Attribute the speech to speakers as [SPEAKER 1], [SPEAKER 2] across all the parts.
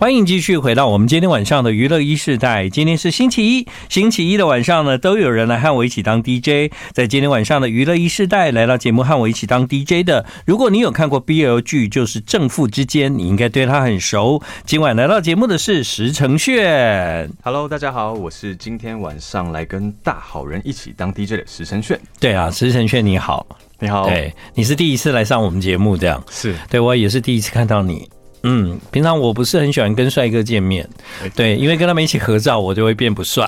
[SPEAKER 1] 欢迎继续回到我们今天晚上的娱乐一世代。今天是星期一，星期一的晚上呢，都有人来和我一起当 DJ。在今天晚上的娱乐一世代，来到节目和我一起当 DJ 的，如果你有看过 BL 剧，就是《正负之间》，你应该对他很熟。今晚来到节目的是石承炫，
[SPEAKER 2] Hello，大家好，我是今天晚上来跟大好人一起当 DJ 的石晨炫。哎
[SPEAKER 1] 对啊，石承炫你好，
[SPEAKER 2] 你好，
[SPEAKER 1] 对，你是第一次来上我们节目这样。
[SPEAKER 2] 是
[SPEAKER 1] 对我也是第一次看到你。嗯，平常我不是很喜欢跟帅哥见面
[SPEAKER 2] 哎，
[SPEAKER 1] 对，因为跟他们一起合照，我就会变不帅。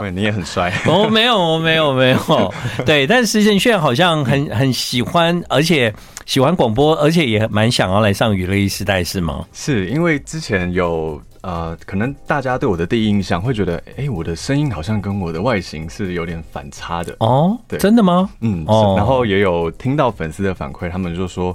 [SPEAKER 2] 喂，你也很帅，
[SPEAKER 1] 我哦没有，我没有，没有。对，但石贤炫好像很很喜欢，而且喜欢广播，而且也蛮想要来上娱乐一时代，是吗？
[SPEAKER 2] 是因为之前有呃，可能大家对我的第一印象会觉得，哎、我的声音好像跟我的外形是有点反差的，
[SPEAKER 1] 哦，
[SPEAKER 2] 对
[SPEAKER 1] 真的吗？
[SPEAKER 2] 嗯，
[SPEAKER 1] 哦
[SPEAKER 2] 是然后也有听到粉丝的反馈，他们就说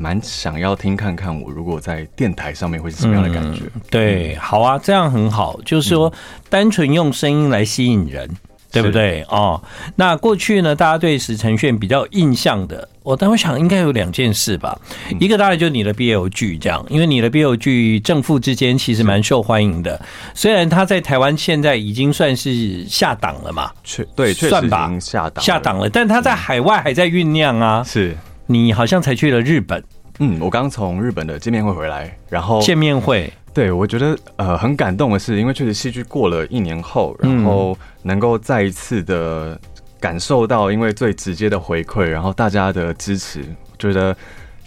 [SPEAKER 2] 蛮想要听看看我如果在电台上面会是什么样的感
[SPEAKER 1] 嗯
[SPEAKER 2] 觉，
[SPEAKER 1] 对，好啊，这样很好，就是说单纯用声音来吸引人，对不对？哦，那过去呢，大家对石承炫比较有印象的，我当时想应该有两件事吧，一个大概就是你的 BL 剧这样，因为你的 BL 剧正负之间其实蛮受欢迎的，虽然它在台湾现在已经算是下档了嘛，
[SPEAKER 2] 确对，确实
[SPEAKER 1] 算
[SPEAKER 2] 已
[SPEAKER 1] 吧
[SPEAKER 2] 经下档，
[SPEAKER 1] 嗯下档，了，但它在海外还在酝酿啊，
[SPEAKER 2] 是，
[SPEAKER 1] 你好像才去了日本
[SPEAKER 2] 嗯，我刚从日本的见面会回来，然后
[SPEAKER 1] 见面会，
[SPEAKER 2] 对，我觉得呃很感动的是，因为确实戏剧过了一年后，然后能够再一次的感受到，因为最直接的回馈，然后大家的支持，觉得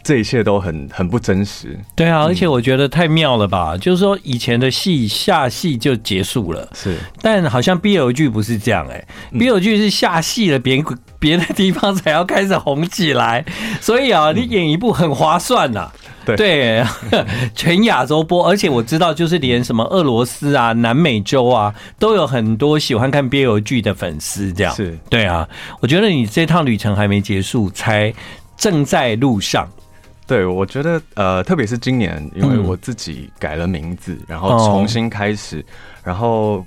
[SPEAKER 2] 这一切都很很不真实。
[SPEAKER 1] 对啊，而且我觉得太妙了吧！就是说，以前的戏下戏就结束了，
[SPEAKER 2] 是
[SPEAKER 1] 但好像 BL 剧不是这样哎、b l 剧是下戏了，别别的地方才要开始红起来，所以啊，你演一部很划算呐、
[SPEAKER 2] 对
[SPEAKER 1] 对， 全亚洲播，而且我知道，就是连什么俄罗斯啊、南美洲啊，都有很多喜欢看 BL 剧的粉丝。这样
[SPEAKER 2] 是，
[SPEAKER 1] 对啊，我觉得你这趟旅程还没结束，才正在路上。
[SPEAKER 2] 对，我觉得呃，特别是今年，因为
[SPEAKER 1] 嗯
[SPEAKER 2] 我自己改了名字，然
[SPEAKER 1] 哦
[SPEAKER 2] 后重新开始，然后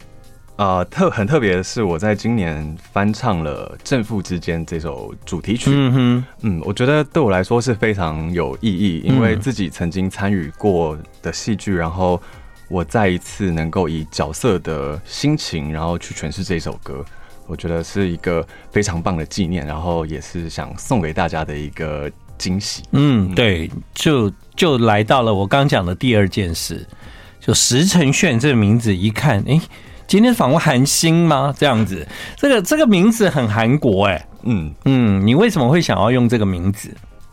[SPEAKER 2] 呃特很特别的是，我在今年翻唱了《正负之间》这首主题曲。
[SPEAKER 1] 嗯哼，
[SPEAKER 2] 嗯，我觉得对我来说是非常有意义，因为自己曾经参与过的戏剧，然后我再一次能够以角色的心情，然后去诠释这首歌，我觉得是一个非常棒的纪念，然后也是想送给大家的一个惊喜。
[SPEAKER 1] 嗯，对，就就来到了我刚讲的第二件事，就石承炫这个名字一看，诶，今天访问韩星吗？这样子，这个这个名字很韩国诶，
[SPEAKER 2] 嗯，
[SPEAKER 1] 嗯，你为什么会想要用这个名字？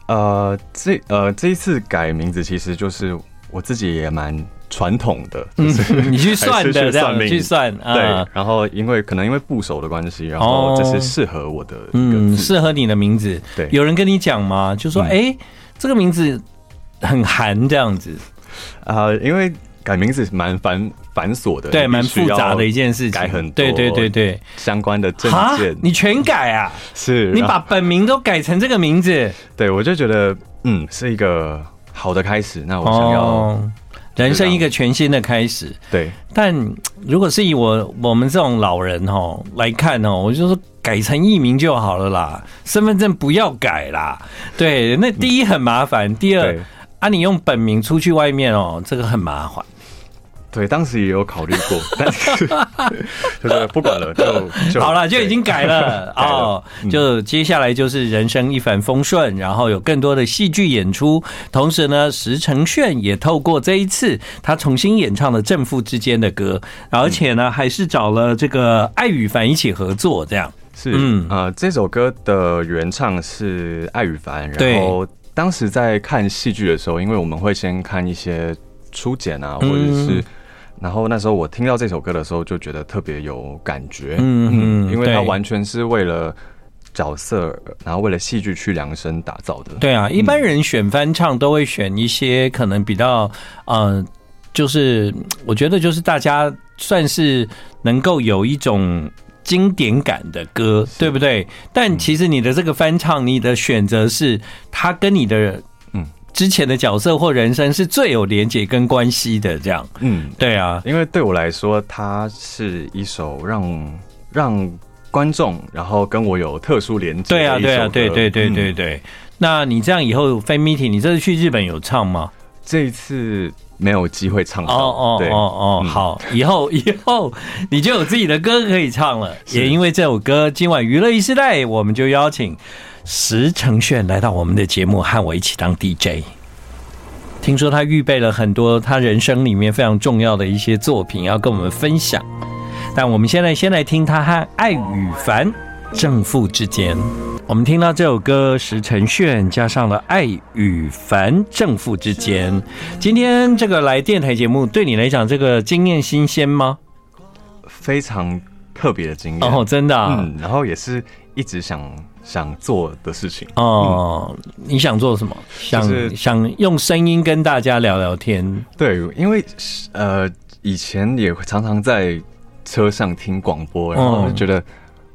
[SPEAKER 2] 呃，这呃这一次改名字，其实就是我自己也蛮传统的，就是、
[SPEAKER 1] 你去算
[SPEAKER 2] 还
[SPEAKER 1] 的，
[SPEAKER 2] 是去
[SPEAKER 1] 这样
[SPEAKER 2] 算命
[SPEAKER 1] 去算啊
[SPEAKER 2] 嗯 对，，然后因为可能因为部首的关系，然后这是适合我的一个
[SPEAKER 1] 嗯，
[SPEAKER 2] 字，
[SPEAKER 1] 适合你的名字。
[SPEAKER 2] 对
[SPEAKER 1] 有人跟你讲吗？就说
[SPEAKER 2] 嗯
[SPEAKER 1] 诶，这个名字很韩这样子，
[SPEAKER 2] 啊，因为改名字蛮繁繁琐的，
[SPEAKER 1] 对，
[SPEAKER 2] 你
[SPEAKER 1] 蛮
[SPEAKER 2] 必须
[SPEAKER 1] 复杂的一件事情，
[SPEAKER 2] 改很多
[SPEAKER 1] 对对对对，
[SPEAKER 2] 要相关的证
[SPEAKER 1] 哈
[SPEAKER 2] 件，
[SPEAKER 1] 你全改啊？
[SPEAKER 2] 是
[SPEAKER 1] 你
[SPEAKER 2] 然后
[SPEAKER 1] 把本名都改成这个名字
[SPEAKER 2] 对我就觉得嗯是一个好的开始，那我想要、
[SPEAKER 1] 哦，人生一个全新的开始。
[SPEAKER 2] 对
[SPEAKER 1] 但嘖如果是以我我们这种老人哦来看哦，我就说改成艺名就好了啦，身份证不要改啦。对，那第一很麻烦，第二
[SPEAKER 2] 对
[SPEAKER 1] 啊，你用本名出去外面哦，这个很麻烦。
[SPEAKER 2] 对，当时也有考虑过，但是 就是不管了，就就
[SPEAKER 1] 好了，就
[SPEAKER 2] 对
[SPEAKER 1] 已经改了
[SPEAKER 2] 改了
[SPEAKER 1] 哦。就接下来就是人生一帆风顺，然后有更多的戏剧演出。同时呢，石承炫也透过这一次，他重新演唱了正负之间的歌，而且呢，还是找了这个艾雨凡一起合作，这样。
[SPEAKER 2] 是，
[SPEAKER 1] 嗯
[SPEAKER 2] 嗯，呃，这首歌的原唱是艾雨凡，
[SPEAKER 1] 对
[SPEAKER 2] 然后当时在看戏剧的时候，因为我们会先看一些初剪
[SPEAKER 1] 嗯
[SPEAKER 2] 啊，或者是，然后那时候我听到这首歌的时候，就觉得特别有感觉，
[SPEAKER 1] 嗯嗯
[SPEAKER 2] 因为它
[SPEAKER 1] 对
[SPEAKER 2] 完全是为了角色，然后为了戏剧去量身打造的，
[SPEAKER 1] 对啊，一般人选翻唱都会选一些可能比较，呃，就是嗯我觉得就是大家算是能够有一种。经典感的歌，对不对？
[SPEAKER 2] 嗯
[SPEAKER 1] 但其实你的这个翻唱，你的选择是它跟你的嗯
[SPEAKER 2] 嗯
[SPEAKER 1] 之前的角色或人生是最有连结跟关系的，这样
[SPEAKER 2] 嗯，
[SPEAKER 1] 对啊，
[SPEAKER 2] 因为对我来说，它是一首让让观众，然后跟我有特殊连接
[SPEAKER 1] 对啊，
[SPEAKER 2] 的一首歌，
[SPEAKER 1] 对啊，对对对
[SPEAKER 2] 嗯
[SPEAKER 1] 对对。那你这样以后 fan meeting，你这次去日本有唱吗？
[SPEAKER 2] 这一次没有机会唱
[SPEAKER 1] 哦
[SPEAKER 2] 到。
[SPEAKER 1] 哦
[SPEAKER 2] 对，
[SPEAKER 1] 哦哦，
[SPEAKER 2] 嗯
[SPEAKER 1] 好，以后 以后你就有自己的歌可以唱了。也因为这首歌，今晚娱乐一时代，我们就邀请石承炫来到我们的节目，和我一起当 DJ。听说他预备了很多他人生里面非常重要的一些作品要跟我们分享，但我们现在先来听他和艾雨凡正负之间。我们听到这首歌，石承炫加上了爱与凡正负之间。今天这个来电台节目，对你来讲，这个经验新鲜吗？
[SPEAKER 2] 非常特别的经验。
[SPEAKER 1] 哦，真的、啊，
[SPEAKER 2] 嗯，然后也是一直想想做的事情。
[SPEAKER 1] 哦，你想做什么？想、
[SPEAKER 2] 就是
[SPEAKER 1] 想用声音跟大家聊聊天。
[SPEAKER 2] 对，因为是呃，以前也常常在车上听广播，然
[SPEAKER 1] 嗯
[SPEAKER 2] 后就觉得、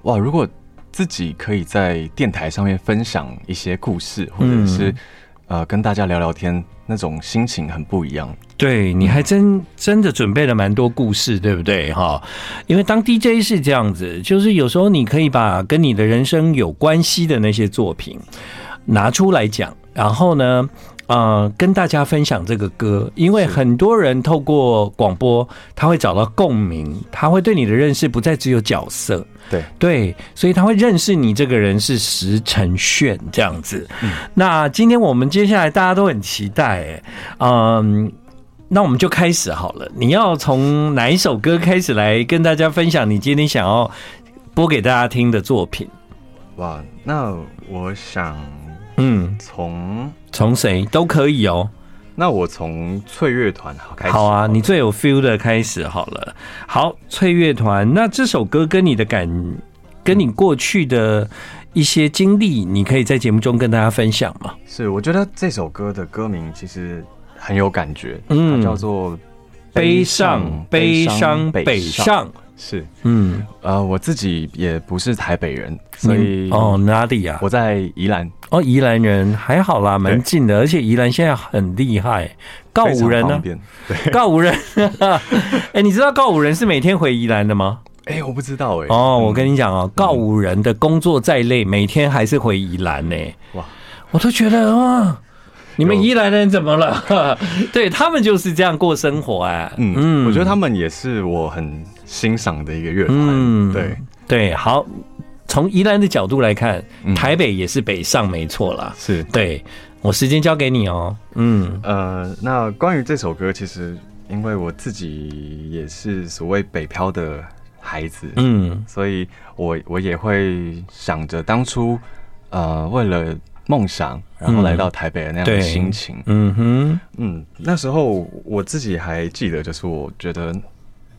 [SPEAKER 2] 哇，如果自己可以在电台上面分享一些故事，或者是、
[SPEAKER 1] 嗯
[SPEAKER 2] 呃跟大家聊聊天，那种心情很不一样。
[SPEAKER 1] 对，你还真真的准备了蛮多故事，对不对？哈，因为当 DJ 是这样子，就是有时候你可以把跟你的人生有关系的那些作品拿出来讲，然后呢，呃，跟大家分享这个歌，因为很多人透过广播，他会找到共鸣，他会对你的认识不再只有角色，
[SPEAKER 2] 对
[SPEAKER 1] 对，所以他会认识你这个人是石承炫这样子。
[SPEAKER 2] 嗯
[SPEAKER 1] 那今天我们接下来大家都很期待、欸，嗯。那我们就开始好了。你要从哪一首歌开始来跟大家分享你今天想要播给大家听的作品？
[SPEAKER 2] 哇，那我想
[SPEAKER 1] 嗯，
[SPEAKER 2] 从
[SPEAKER 1] 从谁都可以哦。
[SPEAKER 2] 那我从翠乐团好开始。
[SPEAKER 1] 好啊，你最有 feel 的开始好了。好，翠乐团，那这首歌跟你的感，跟你过去的一些经历，你可以在节目中跟大家分享吗？
[SPEAKER 2] 是，我觉得这首歌的歌名其实很有感觉，
[SPEAKER 1] 嗯
[SPEAKER 2] 它叫做《
[SPEAKER 1] 悲上，悲伤，北》。上。
[SPEAKER 2] 是，
[SPEAKER 1] 嗯，
[SPEAKER 2] 呃，我自己也不是台北人，所以
[SPEAKER 1] 你哦，哪里啊？
[SPEAKER 2] 我在宜兰，
[SPEAKER 1] 哦，宜兰人还好啦，蛮
[SPEAKER 2] 对
[SPEAKER 1] 近的，而且宜兰现在很厉害。告
[SPEAKER 2] 非
[SPEAKER 1] 五
[SPEAKER 2] 常
[SPEAKER 1] 人呢啊
[SPEAKER 2] 方？便。
[SPEAKER 1] 告五人， 哎、你知道告五人是每天回宜兰的吗？
[SPEAKER 2] 哎、我不知道哎、
[SPEAKER 1] 哦，我跟
[SPEAKER 2] 你
[SPEAKER 1] 你讲哦，告五人的工作再累，每天还是回宜兰呢、
[SPEAKER 2] 哇，
[SPEAKER 1] 我都觉得啊，你们
[SPEAKER 2] 有
[SPEAKER 1] 宜兰人怎么了？ 对他们就是这样过生活哎、
[SPEAKER 2] 嗯我觉得他们也是我很欣赏的一个乐团。
[SPEAKER 1] 嗯
[SPEAKER 2] 对，
[SPEAKER 1] 对，好，从宜兰的角度来看，
[SPEAKER 2] 嗯
[SPEAKER 1] 台北也是北上没错啦。
[SPEAKER 2] 是。
[SPEAKER 1] 对我时间交给你哦，嗯
[SPEAKER 2] 呃，那关于这首歌，其实因为我自己也是所谓北漂的孩子，
[SPEAKER 1] 嗯
[SPEAKER 2] 所以我我也会想着当初，呃，为了梦想，然后来到台北的那样
[SPEAKER 1] 嗯对
[SPEAKER 2] 的心情。
[SPEAKER 1] 嗯哼，
[SPEAKER 2] 嗯那时候我自己还记得，就是我觉得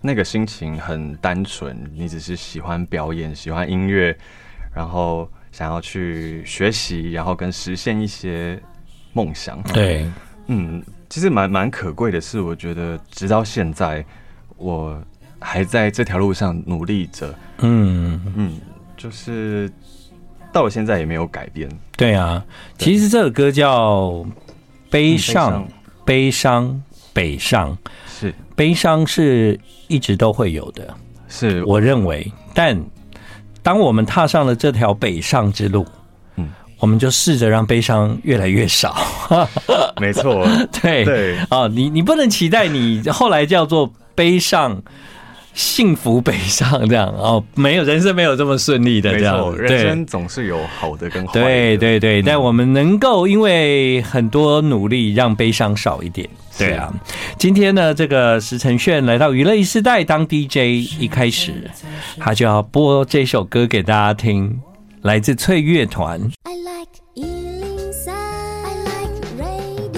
[SPEAKER 2] 那个心情很单纯，你只是喜欢表演，喜欢音乐，然后想要去学习，然后跟实现一些梦想。
[SPEAKER 1] 对，
[SPEAKER 2] 嗯，其实蛮蛮可贵的是，我觉得直到现在，我还在这条路上努力着。
[SPEAKER 1] 嗯。
[SPEAKER 2] 嗯，就是到了现在也没有改变。
[SPEAKER 1] 对啊，其实这首歌叫《悲伤
[SPEAKER 2] 嗯》，
[SPEAKER 1] 悲伤，北上，
[SPEAKER 2] 是
[SPEAKER 1] 悲伤是一直都会有的，
[SPEAKER 2] 是，
[SPEAKER 1] 我认为。但当我们踏上了这条北上之路，嗯
[SPEAKER 2] 嗯，
[SPEAKER 1] 我们就试着让悲伤越来越少。
[SPEAKER 2] 没错，
[SPEAKER 1] 对
[SPEAKER 2] 对
[SPEAKER 1] 啊，你你不能期待你后来叫做悲上。幸福北上这样哦，没有人生没有这么顺利的
[SPEAKER 2] 没
[SPEAKER 1] 这样
[SPEAKER 2] 错，，
[SPEAKER 1] 对
[SPEAKER 2] 人生嗯总是有好的跟坏的。
[SPEAKER 1] 对对对，但我们能够因为很多努力，让悲伤少一点。
[SPEAKER 2] 是
[SPEAKER 1] 对啊，今天呢，这个石承炫来到娱乐一时代当 DJ，一开始他就要播这首歌给大家听，来自翠乐团。
[SPEAKER 3] I like Ealing Sound. I like radio.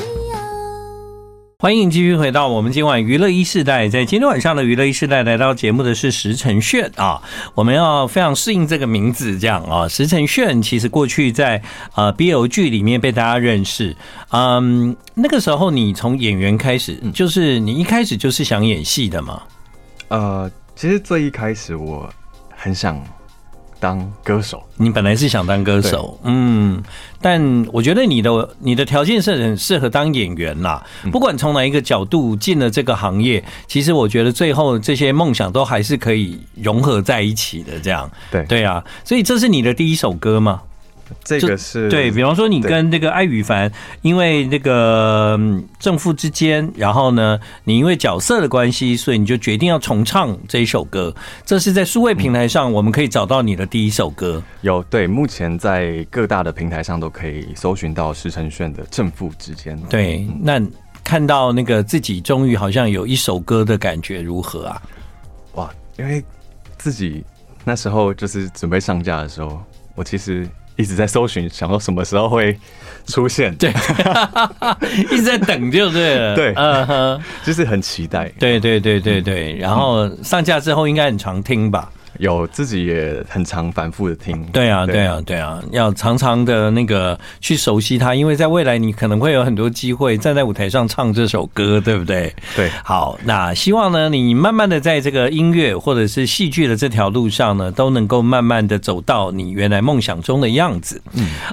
[SPEAKER 1] 欢迎继续回到我们今晚娱乐一世代，在今天晚上的娱乐一世代来到节目的是石承炫啊，我们要非常适应这个名字这样啊。石承炫其实过去在呃 BL 剧里面被大家认识，嗯，那个时候你从演员开始，就是你一开始就是想演戏的嘛，
[SPEAKER 2] 呃，其实最一开始我很想当歌手，
[SPEAKER 1] 你本来是想当歌手，嗯，但我觉得你的你的条件是很适合当演员啦。不管从哪一个角度进了这个行业，其实我觉得最后这些梦想都还是可以融合在一起的。这样，
[SPEAKER 2] 对
[SPEAKER 1] 对啊，所以这是你的第一首歌吗？
[SPEAKER 2] 这
[SPEAKER 1] 就
[SPEAKER 2] 个是
[SPEAKER 1] 对比方说，你
[SPEAKER 2] 对
[SPEAKER 1] 跟那个艾宇凡，因为那个嗯正负之间，然后呢，你因为角色的关系，所以你就决定要重唱这一首歌。这是在数位平台上，我们可以找到你的第一首歌。
[SPEAKER 2] 有对，目前在各大的平台上都可以搜寻到石承炫的正负之间。
[SPEAKER 1] 对，那看到那个自己终于好像有一首歌的感觉如何啊？
[SPEAKER 2] 哇，因为自己那时候就是准备上架的时候，我其实一直在搜寻，想说什么时候会出现，
[SPEAKER 1] 对，一直在等就对了。
[SPEAKER 2] 对
[SPEAKER 1] 嗯哼，
[SPEAKER 2] 就是很期待。
[SPEAKER 1] 对对对对对。然后上架之后应该很常听吧？
[SPEAKER 2] 有自己也很常反复的听。
[SPEAKER 1] 对啊，对啊，对啊，要常常的那个去熟悉它，因为在未来你可能会有很多机会站在舞台上唱这首歌，对不对？
[SPEAKER 2] 对
[SPEAKER 1] 好，那希望呢，你慢慢的在这个音乐或者是戏剧的这条路上呢，都能够慢慢的走到你原来梦想中的样子。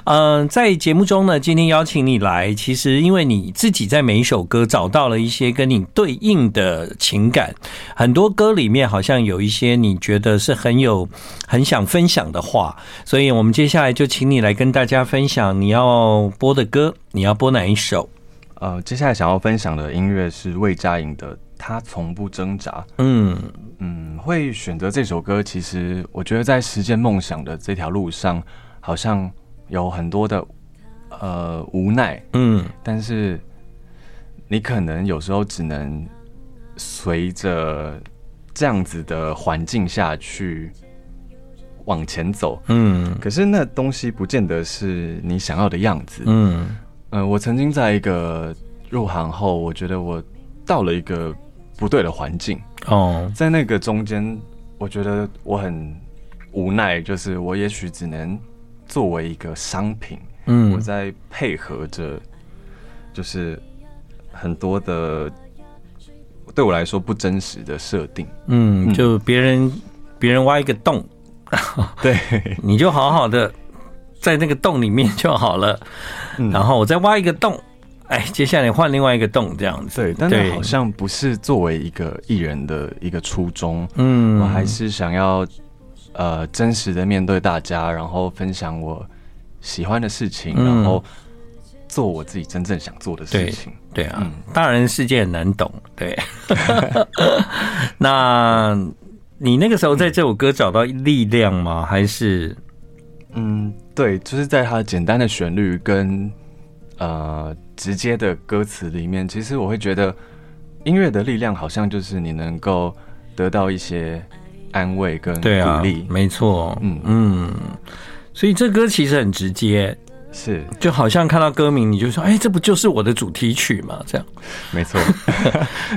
[SPEAKER 1] 嗯、在节目中呢，今天邀请你来，其实因为你自己在每一首歌找到了一些跟你对应的情感，很多歌里面好像有一些你觉得是很有很想分享的话，所以我们接下来就请你来跟大家分享你要播的歌，你要播哪一首？
[SPEAKER 2] 呃，接下来想要分享的音乐是魏佳莹的《她从不挣扎》。
[SPEAKER 1] 嗯
[SPEAKER 2] 嗯，会选择这首歌，其实我觉得在实现梦想的这条路上，好像有很多的呃无奈，
[SPEAKER 1] 嗯
[SPEAKER 2] 但是你可能有时候只能随着这样子的环境下去往前走。
[SPEAKER 1] 嗯
[SPEAKER 2] 可是那东西不见得是你想要的样子。
[SPEAKER 1] 嗯
[SPEAKER 2] 嗯、我曾经在一个入行后，我觉得我到了一个不对的环境，
[SPEAKER 1] 哦
[SPEAKER 2] 在那个中间，我觉得我很无奈，就是我也许只能作为一个商品，我
[SPEAKER 1] 嗯
[SPEAKER 2] 在配合着，就是很多的对我来说不真实的设 定。
[SPEAKER 1] 嗯，就别人别人挖一个洞，
[SPEAKER 2] 对，
[SPEAKER 1] 你就好好的在那个洞里面就好了，
[SPEAKER 2] 嗯
[SPEAKER 1] 然后我再挖一个洞，哎，接下来换另外一个洞这样子。
[SPEAKER 2] 对，但
[SPEAKER 1] 对
[SPEAKER 2] 是好像不是作为一个艺人的一个初衷，
[SPEAKER 1] 嗯
[SPEAKER 2] 我还是想要呃真实的面对大家，然后分享我喜欢的事情，
[SPEAKER 1] 嗯
[SPEAKER 2] 然后做我自己真正想做的事
[SPEAKER 1] 对
[SPEAKER 2] 情。
[SPEAKER 1] 对
[SPEAKER 2] 嗯
[SPEAKER 1] 啊，大人世界很难懂。 对， 那你那个时候在这首歌找到力量吗？还是
[SPEAKER 2] 嗯，对，就是在它简单的旋律跟呃直接的歌词里面，其实我会觉得音乐的力量好像就是你能够得到一些安慰跟
[SPEAKER 1] 对
[SPEAKER 2] 嗯鼓
[SPEAKER 1] 啊
[SPEAKER 2] 励，，
[SPEAKER 1] 没错，嗯
[SPEAKER 2] 嗯
[SPEAKER 1] 嗯。所以这歌其实很直接，
[SPEAKER 2] 是
[SPEAKER 1] 就好像看到歌名你就说：“哎、这不就是我的主题曲吗？”这样
[SPEAKER 2] 没错。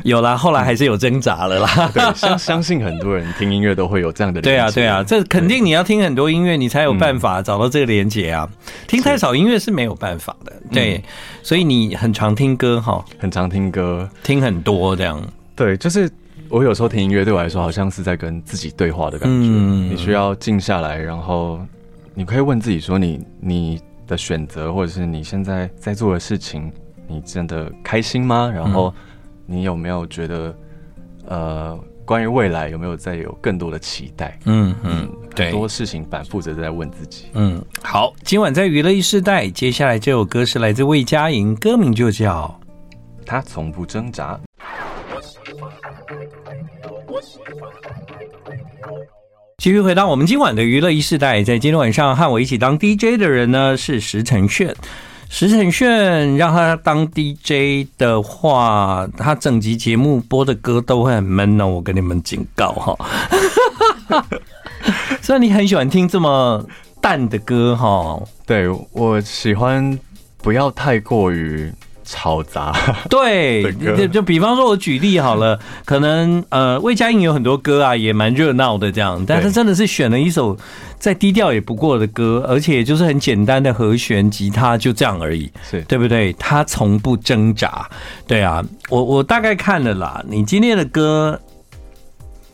[SPEAKER 1] 有啦，后来还是有挣扎了啦。
[SPEAKER 2] 对，相相信很多人听音乐都会有这样 的
[SPEAKER 1] 对啊，
[SPEAKER 2] 连 接
[SPEAKER 1] 对啊，这肯定你要听很多音乐，你才有办法找到这个连接啊。听太少音乐是没嗯有办法的，对。所以你很常听歌哈，
[SPEAKER 2] 很常听歌。
[SPEAKER 1] 听很多这样。
[SPEAKER 2] 对，就是我有时候听音乐对我来说好像是在跟自己对话的感觉，
[SPEAKER 1] 嗯
[SPEAKER 2] 你需要静下来，然后你可以问自己说你你的选择或者是你现在在做的事情，你真的开心吗？然
[SPEAKER 1] 嗯
[SPEAKER 2] 后你有没有觉得呃，关于未来有没有再有更多的期待？
[SPEAKER 1] 嗯嗯，对
[SPEAKER 2] 很，多事情反复着在问自己。
[SPEAKER 1] 嗯，好，今晚在娱乐一世代，接下来这首歌是来自魏佳莹，歌名就叫
[SPEAKER 2] 他从不挣扎。
[SPEAKER 1] 继续回到我们今晚的娱乐一世代，在今天晚上和我一起当 DJ 的人呢是石承炫。石承炫让他当 DJ 的话，他整集节目播的歌都会很闷哦，我跟你们警告哈。虽然你很喜欢听这么淡的歌哈，
[SPEAKER 2] 对我喜欢不要太过于吵杂。
[SPEAKER 1] 对，
[SPEAKER 2] 的歌
[SPEAKER 1] 就就比方说，我举例好了，可能呃，魏佳莹有很多歌啊，也蛮热闹的这样，但
[SPEAKER 2] 对
[SPEAKER 1] 她真的是选了一首再低调也不过的歌，而且就是很简单的和弦、吉他就这样而已，
[SPEAKER 2] 是
[SPEAKER 1] 对不对？她从不挣扎，对啊，我我大概看了啦，你今天的歌。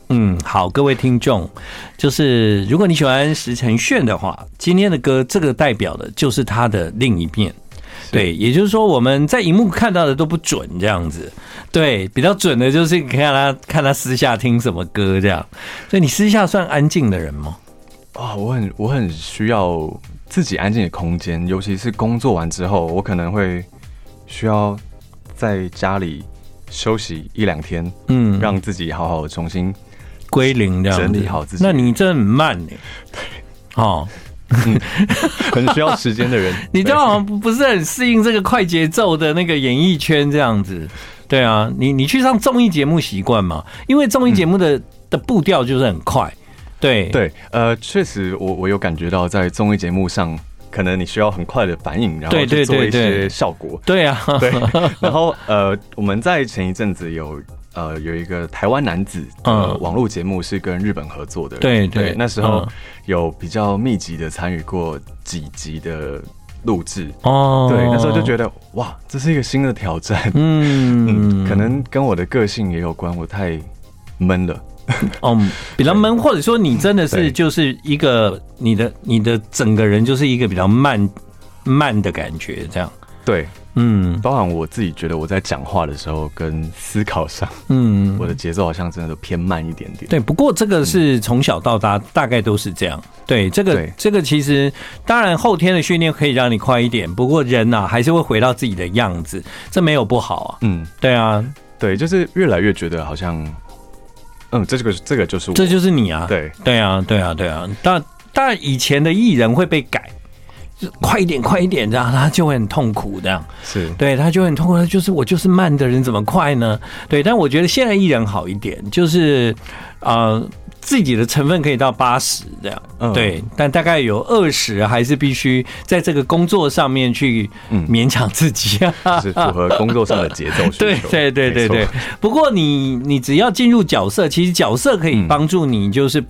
[SPEAKER 1] 嗯，好，各位听众，就是如果你喜欢石承炫的话，今天的歌这个代表的就是他的另一面。对，也就是说我们在荧幕看到的都不准这样子，对，比较准的就是看他看他私下听什么歌这样。所以你私下算安静的人吗？
[SPEAKER 2] 啊、我很我很需要自己安静的空间，尤其是工作完之后，我可能会需要在家里休息一两天，
[SPEAKER 1] 嗯，
[SPEAKER 2] 让自己好好地重新
[SPEAKER 1] 归零这样子
[SPEAKER 2] 整理好自己
[SPEAKER 1] 那你真的很慢呢、哦，。
[SPEAKER 2] 很需要时间的人
[SPEAKER 1] 你都好像不不是很适应这个快节奏的那个演艺圈这样子。对啊，你你去上综艺节目习惯嘛？因为综艺节目的、的步调就是很快。对
[SPEAKER 2] 嗯对，呃，确实我，我有感觉到在综艺节目上，可能你需要很快的反应，然后
[SPEAKER 1] 对对
[SPEAKER 2] 去做
[SPEAKER 1] 对
[SPEAKER 2] 一
[SPEAKER 1] 对
[SPEAKER 2] 些效果。
[SPEAKER 1] 对啊，
[SPEAKER 2] 对，然后呃，我们在前一阵子有呃有一个台湾男子的
[SPEAKER 1] 嗯
[SPEAKER 2] 网络节目是跟日本合作的，
[SPEAKER 1] 对对
[SPEAKER 2] 对，那时候
[SPEAKER 1] 嗯
[SPEAKER 2] 有比较密集的参与过几集的录制，
[SPEAKER 1] 哦，
[SPEAKER 2] 对，那时候就觉
[SPEAKER 1] 得，
[SPEAKER 2] 得哇，这是一个新的挑战，
[SPEAKER 1] 哦嗯，
[SPEAKER 2] 可能跟我的个性也有关，我太闷了，
[SPEAKER 1] 哦，比较闷，或者说你真的是
[SPEAKER 2] 对
[SPEAKER 1] 就是一个你的你的整个人就是一个比较慢慢的感觉，这样，
[SPEAKER 2] 对，
[SPEAKER 1] 嗯
[SPEAKER 2] 包含我自己觉得我在讲话的时候跟思考上，
[SPEAKER 1] 嗯，
[SPEAKER 2] 我的节奏好像真的都偏慢一点点，
[SPEAKER 1] 对，不过这个是从小到大大概都是这样。对，这个
[SPEAKER 2] 嗯对
[SPEAKER 1] 这个其实当然后天的训练可以让你快一点，不过人呐、还是会回到自己的样子，这没有不好啊。
[SPEAKER 2] 嗯，
[SPEAKER 1] 对啊，
[SPEAKER 2] 对，就是越来越觉得好像，嗯，这个这个就是我，
[SPEAKER 1] 这就是你啊。
[SPEAKER 2] 对。
[SPEAKER 1] 对啊，对啊，对啊。但但以前的艺人会被改，就是快一点，快一点，这样他就会很痛苦这样。
[SPEAKER 2] 是
[SPEAKER 1] 对，他就很痛苦，他就是我就是慢的人，怎么快呢？对，但我觉得现在艺人好一点，就是呃自己的成分可以到八十这样，
[SPEAKER 2] 嗯
[SPEAKER 1] 对，但大概有二十还是必须在这个工作上面去
[SPEAKER 2] 嗯
[SPEAKER 1] 勉强自己啊。
[SPEAKER 2] 是符合工作上的节奏需求。
[SPEAKER 1] 对对对对
[SPEAKER 2] 没
[SPEAKER 1] 对
[SPEAKER 2] 错，，
[SPEAKER 1] 不过你你只要进入角色，其实角色可以
[SPEAKER 2] 嗯
[SPEAKER 1] 帮助你，就是、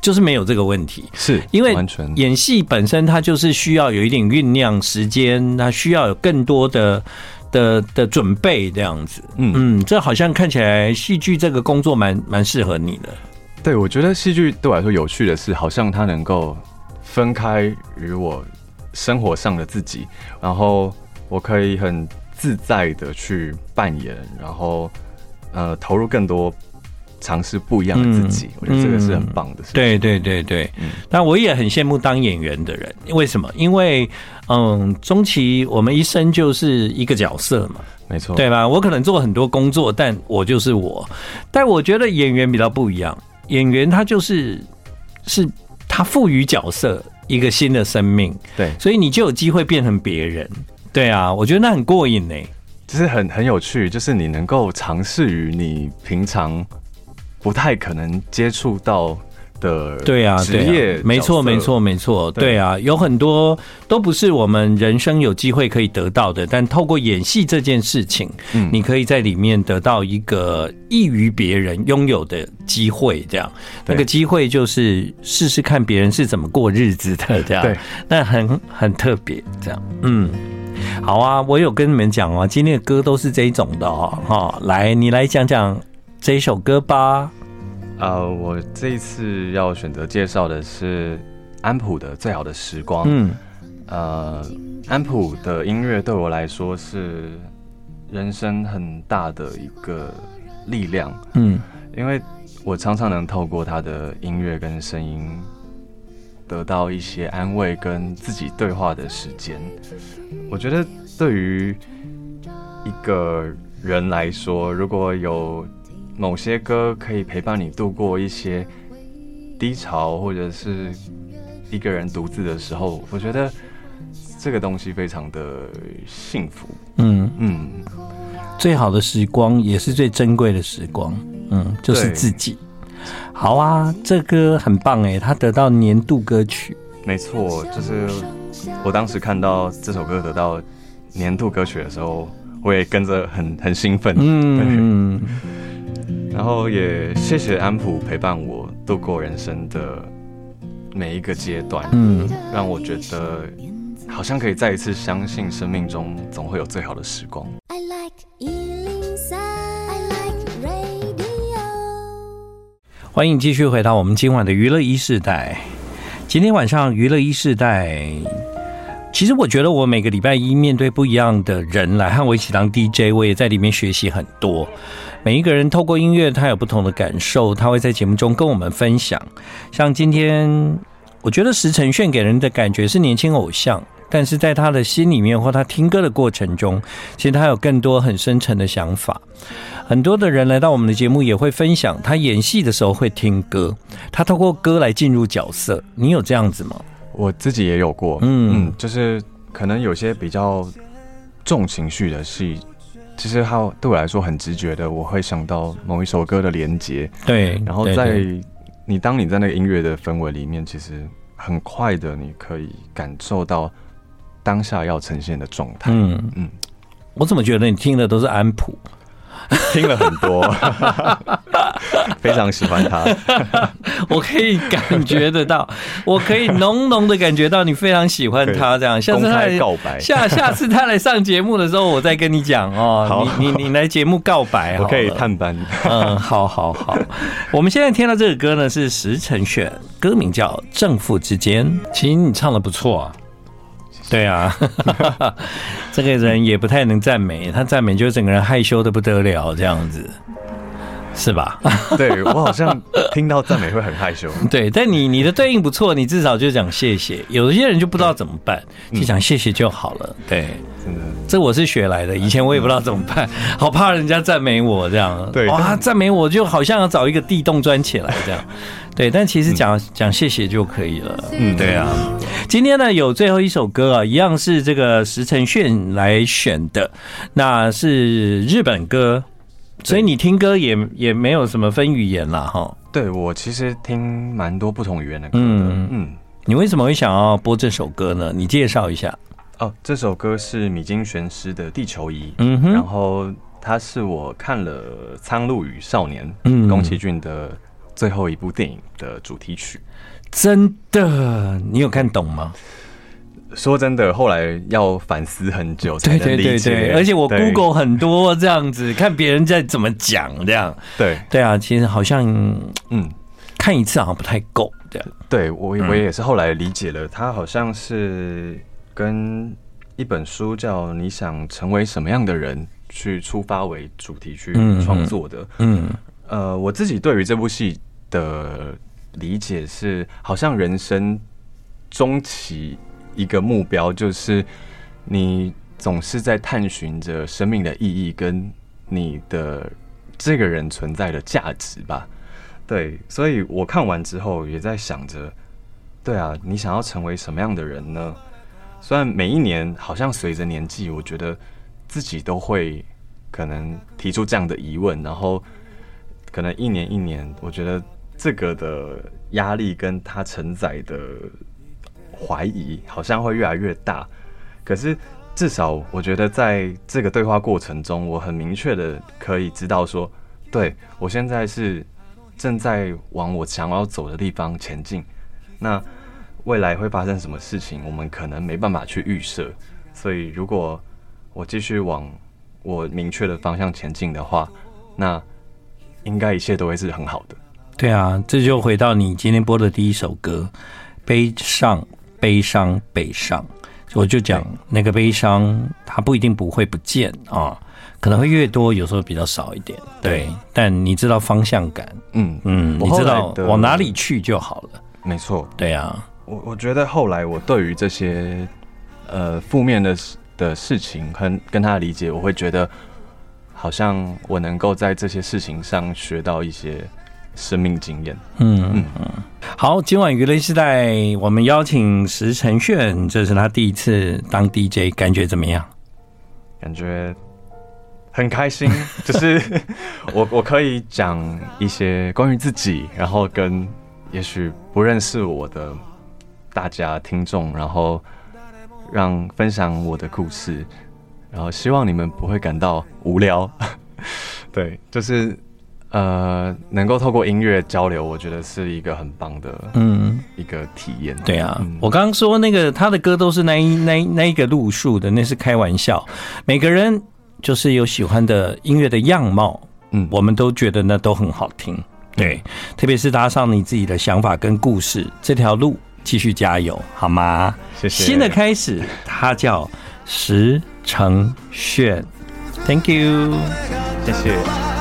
[SPEAKER 1] 就是没有这个问题。
[SPEAKER 2] 是
[SPEAKER 1] 因为
[SPEAKER 2] 完全
[SPEAKER 1] 演戏本身它就是需要有一点酝酿时间，它需要有更多的的的准备这样子。
[SPEAKER 2] 嗯
[SPEAKER 1] 嗯，这好像看起来戏剧这个工作蛮蛮适合你的。
[SPEAKER 2] 对，我觉得戏剧对我来说有趣的是，好像它能够分开与我生活上的自己，然后我可以很自在的去扮演，然后呃投入更多尝试不一样的自己。
[SPEAKER 1] 嗯
[SPEAKER 2] 我觉得这个是很棒的事情。
[SPEAKER 1] 对对对对，
[SPEAKER 2] 嗯
[SPEAKER 1] 但我也很羡慕当演员的人，为什么？因为嗯，终其我们一生就是一个角色嘛，
[SPEAKER 2] 没错。
[SPEAKER 1] 对吧？我可能做很多工作，但我就是我。但我觉得演员比较不一样，演员他就是是他赋予角色一个新的生命，
[SPEAKER 2] 对，
[SPEAKER 1] 所以你就有机会变成别人。对啊，我觉得那很过瘾呢、
[SPEAKER 2] 就是很很有趣，就是你能够尝试与你平常不太可能接触到的
[SPEAKER 1] 对啊，
[SPEAKER 2] 职
[SPEAKER 1] 对啊
[SPEAKER 2] 业、
[SPEAKER 1] 没错，没。错，没错，
[SPEAKER 2] 对
[SPEAKER 1] 对啊，有很多都不是我们人生有机会可以得到的，但透过演戏这件事情，
[SPEAKER 2] 嗯
[SPEAKER 1] 你可以在里面得到一个异于别人拥有的机会，这样
[SPEAKER 2] 对
[SPEAKER 1] 那个机会就是试试看别人是怎么过日子的，这样
[SPEAKER 2] 对，
[SPEAKER 1] 那很很特别，这样，嗯。好啊，我有跟你们讲哦，今天的歌都是这一种的哦，哈、来，你来讲讲这一首歌吧。
[SPEAKER 2] 呃，我这一次要选择介绍的是安普的《最好的时光》。
[SPEAKER 1] 嗯
[SPEAKER 2] 呃，安普的音乐对我来说是人生很大的一个力量，
[SPEAKER 1] 嗯
[SPEAKER 2] 因为我常常能透过他的音乐跟声音，得到一些安慰跟自己对话的时间。我觉得对于一个人来说，如果有某些歌可以陪伴你度过一些低潮，或者是一个人独自的时候，我觉得这个东西非常的幸福。
[SPEAKER 1] 嗯。
[SPEAKER 2] 嗯，
[SPEAKER 1] 最好的时光也是最珍贵的时光，嗯，就是
[SPEAKER 2] 对
[SPEAKER 1] 自己。好啊，这歌很棒哎，它得到年度歌曲。
[SPEAKER 2] 没错，就是我当时看到这首歌得到年度歌曲的时候，我也跟着很很兴奋，
[SPEAKER 1] 嗯，
[SPEAKER 2] 对，然后也谢谢安普陪伴我度过人生的每一个阶段，
[SPEAKER 1] 嗯，
[SPEAKER 2] 让我觉得好像可以再一次相信生命中总会有最好的时光。
[SPEAKER 3] I like Ealing Sound. I like radio.
[SPEAKER 1] 欢迎继续回到我们今晚的娱乐一世代。今天晚上娱乐一世代，其实我觉得我每个礼拜一面对不一样的人来和我一起当 DJ，我也在里面学习很多。每一个人透过音乐，他有不同的感受，他会在节目中跟我们分享。像今天，我我觉得石承炫给人的感觉是年轻偶像，但是在他的心里面或他听歌的过程中，其实他有更多很深沉的想法。很多的人来到我们的节目也会分享，他演戏的时候会听歌，他透过歌来进入角色。你有这样子吗？
[SPEAKER 2] 我自己也有过，
[SPEAKER 1] 嗯
[SPEAKER 2] 嗯，就是可能有些比较重情绪的戏，其实它对我来说很直觉的，我会想到某一首歌的连接，
[SPEAKER 1] 对，
[SPEAKER 2] 然后
[SPEAKER 1] 对
[SPEAKER 2] 在
[SPEAKER 1] 对
[SPEAKER 2] 你当你在那个音乐的氛围里面，其实很快的你可以感受到当下要呈现的状态。
[SPEAKER 1] 嗯嗯
[SPEAKER 2] 嗯，
[SPEAKER 1] 我怎么觉得你听的都是安普？
[SPEAKER 2] 听了很多，非常喜 欢它。
[SPEAKER 1] 我可以感觉得 到，我可以浓浓的感觉到你非常喜欢他这样。下次
[SPEAKER 2] 公
[SPEAKER 1] 他来
[SPEAKER 2] 开告白，
[SPEAKER 1] 下下次他来上节目的时候，我再跟你讲哦。
[SPEAKER 2] 好
[SPEAKER 1] 你你你来节目告白好
[SPEAKER 2] 我
[SPEAKER 1] 了，
[SPEAKER 2] 可以探班。
[SPEAKER 1] 嗯，好好好。 我们现在听到这个歌呢是石承选，歌名叫《正负之间》。其实你唱的不错啊。对 啊，这个人也不太能赞美，他赞美就整个人害羞的不得了，这样子，是吧？
[SPEAKER 2] 对我好像听到赞美会很害羞。
[SPEAKER 1] 对，但你你的对应不错，你至少就讲谢谢。有些人就不知道怎么办，就讲谢谢就好了。对，
[SPEAKER 2] 真的，
[SPEAKER 1] 这我是学来的，以前我也不知道怎么办， 好怕人家赞美我这样。
[SPEAKER 2] 对
[SPEAKER 1] 哇，
[SPEAKER 2] 但
[SPEAKER 1] 赞美我就好像要找一个地洞钻起来这 样。对，但其实讲、讲谢谢就可以了。
[SPEAKER 2] 嗯，
[SPEAKER 1] 嗯对啊，今天呢有最后一首歌啊，一样是这个石承炫来选的，那是日本歌，所以你听歌也也没有什么分语言啦哈。
[SPEAKER 2] 对我其实听蛮多不同语言的歌的。
[SPEAKER 1] 嗯
[SPEAKER 2] 嗯
[SPEAKER 1] 你为什么会想要播这首歌呢？你介绍一下。
[SPEAKER 2] 哦，这首歌是米津玄师的《地球仪》，
[SPEAKER 1] 嗯
[SPEAKER 2] 然
[SPEAKER 1] 哼，
[SPEAKER 2] 后它是我看了《苍鹭与少年》
[SPEAKER 1] 嗯
[SPEAKER 2] 宫崎骏的最后一部电影的主题曲。
[SPEAKER 1] 真的，你有看懂吗？
[SPEAKER 2] 说真的，后来要反思很久才
[SPEAKER 1] 对
[SPEAKER 2] 能
[SPEAKER 1] 对对
[SPEAKER 2] 理解。
[SPEAKER 1] 对，而且我
[SPEAKER 2] 对
[SPEAKER 1] Google 很多这样子，看别人在怎么讲这样。
[SPEAKER 2] 对，
[SPEAKER 1] 对啊，其实好像嗯
[SPEAKER 2] 嗯，
[SPEAKER 1] 看一次好像不太够这样。
[SPEAKER 2] 对我
[SPEAKER 1] 嗯
[SPEAKER 2] 我也是后来理解了，它好像是跟一本书叫《你想成为什么样的人》去出发为主题去
[SPEAKER 1] 嗯嗯
[SPEAKER 2] 创作的。
[SPEAKER 1] 嗯
[SPEAKER 2] 呃，我自己对于这部戏的理解是，好像人生终其一个目标就是你总是在探寻着生命的意义跟你的这个人存在的价值吧。对，所以我看完之后也在想着，对啊，你想要成为什么样的人呢？虽然每一年好像随着年纪，我觉得自己都会可能提出这样的疑问，然后可能一年一年，我觉得这个的压力跟它承载的怀疑好像会越来越大。可是至少我觉得在这个对话过程中，我很明确的可以知道说，对我现在是正在往我想要走的地方前进。那未来会发生什么事情，我们可能没办法去预设。所以如果我继续往我明确的方向前进的话，那应该一切都会是很好的。
[SPEAKER 1] 对啊，这就回到你今天播的第一首歌，《悲伤，悲伤，悲伤》。我就讲那个悲伤，它不一定不会不见啊，可能会越多，有时候比较少一点。对
[SPEAKER 2] 对，
[SPEAKER 1] 但你知道方向感，
[SPEAKER 2] 嗯，
[SPEAKER 1] 嗯，
[SPEAKER 2] 我
[SPEAKER 1] 你
[SPEAKER 2] 后
[SPEAKER 1] 知
[SPEAKER 2] 来
[SPEAKER 1] 道
[SPEAKER 2] 的
[SPEAKER 1] 往哪里去就好了。
[SPEAKER 2] 没错。
[SPEAKER 1] 对啊，
[SPEAKER 2] 我我觉得后来我对于这些呃负面的事的事情跟跟他的理解，我会觉得好像我能够在这些事情上学到一些生命经验。
[SPEAKER 1] 嗯嗯
[SPEAKER 2] 嗯
[SPEAKER 1] 好，今晚娱乐时代，我们邀请石承炫，这是他第一次当 DJ，感觉怎么样？
[SPEAKER 2] 感觉很开心，就是我我可以讲一些关于自己，然后跟也许不认识我的大家听众，然后让分享我的故事，然后希望你们不会感到无聊。 对，就是呃，能够透过音乐交流，我觉得是一个很棒的
[SPEAKER 1] 嗯，
[SPEAKER 2] 一个体验。
[SPEAKER 1] 对啊
[SPEAKER 2] 嗯，
[SPEAKER 1] 我刚刚说那个他的歌都是那一那一那一个路数的，那是开玩笑。每个人就是有喜欢的音乐的样貌，
[SPEAKER 2] 嗯
[SPEAKER 1] 我们都觉得那都很好听。对，特别是搭上你自己的想法跟故事，这条路继续加油，好吗？
[SPEAKER 2] 谢谢
[SPEAKER 1] 新的开始，它叫石承炫。Thank you。
[SPEAKER 2] 谢
[SPEAKER 4] 「空を越
[SPEAKER 2] 谢。
[SPEAKER 4] えて」